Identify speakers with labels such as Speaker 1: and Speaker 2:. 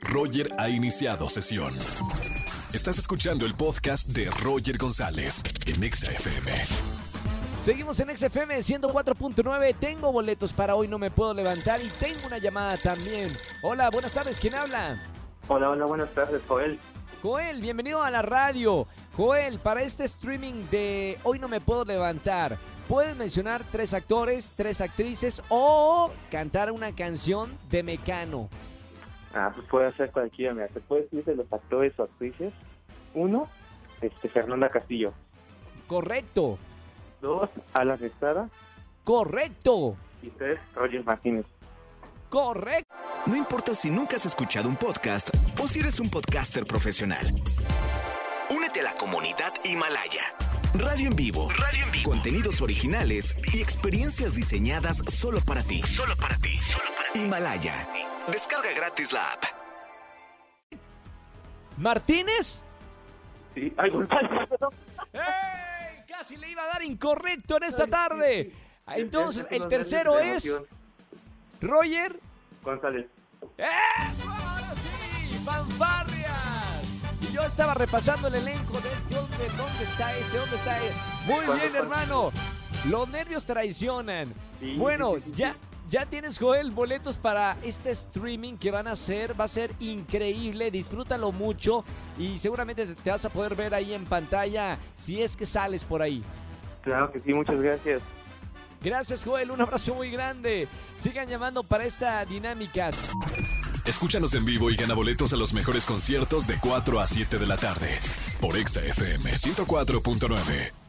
Speaker 1: Roger ha iniciado sesión. Estás escuchando el podcast de Roger González en Exa FM.
Speaker 2: Seguimos en XFM 104.9. Tengo boletos para hoy, no me puedo levantar y tengo una llamada también. Hola, buenas tardes, ¿quién habla?
Speaker 3: Hola, hola, buenas tardes, Joel.
Speaker 2: Joel, bienvenido a la radio. Joel, para este streaming de Hoy no me puedo levantar, puedes mencionar tres actores, tres actrices o cantar una canción de Mecano.
Speaker 3: Ah, pues puede ser cualquiera, mira, te puedes decir de los actores o actrices. Uno, este, Fernanda Castillo.
Speaker 2: Correcto,
Speaker 3: Dos, Alan Estrada.
Speaker 2: correcto,
Speaker 3: Y tres, Roger Martínez.
Speaker 2: correcto.
Speaker 4: No importa si nunca has escuchado un podcast o si eres un podcaster profesional. Únete a la comunidad Himalaya. Radio en vivo. Radio en vivo. Contenidos originales y experiencias diseñadas solo para ti. Solo para ti. Solo para ti. Himalaya. Descarga gratis la app.
Speaker 2: ¿Martínez?
Speaker 3: Sí, ay, González, perdón.
Speaker 2: ¡Ey! Casi le iba a dar incorrecto en esta
Speaker 3: Ay,
Speaker 2: tarde.
Speaker 3: sí.
Speaker 2: Ah, Entonces,
Speaker 3: Estoy
Speaker 2: el
Speaker 3: con
Speaker 2: tercero
Speaker 3: nervios de
Speaker 2: es
Speaker 3: emoción.
Speaker 2: Roger.
Speaker 3: González.
Speaker 2: ¡Eso! ¡Ahora sí! ¡Fanfarrias! Y yo estaba repasando el elenco de dónde, dónde está este, dónde está este. Muy
Speaker 3: ¿Cuándo,
Speaker 2: bien,
Speaker 3: cuándo?
Speaker 2: hermano. Los nervios traicionan.
Speaker 3: Sí,
Speaker 2: bueno,
Speaker 3: sí, sí, sí,
Speaker 2: ya.
Speaker 3: sí.
Speaker 2: Ya tienes, Joel, boletos para este streaming que van a hacer. Va a ser increíble, disfrútalo mucho y seguramente te- te vas a poder ver ahí en pantalla si es que sales por ahí.
Speaker 3: Claro que sí, muchas gracias.
Speaker 2: Gracias, Joel, un abrazo muy grande. Sigan llamando para esta dinámica.
Speaker 1: Escúchanos en vivo y gana boletos a los mejores conciertos de 4 a 7 de la tarde por Exa FM 104.9.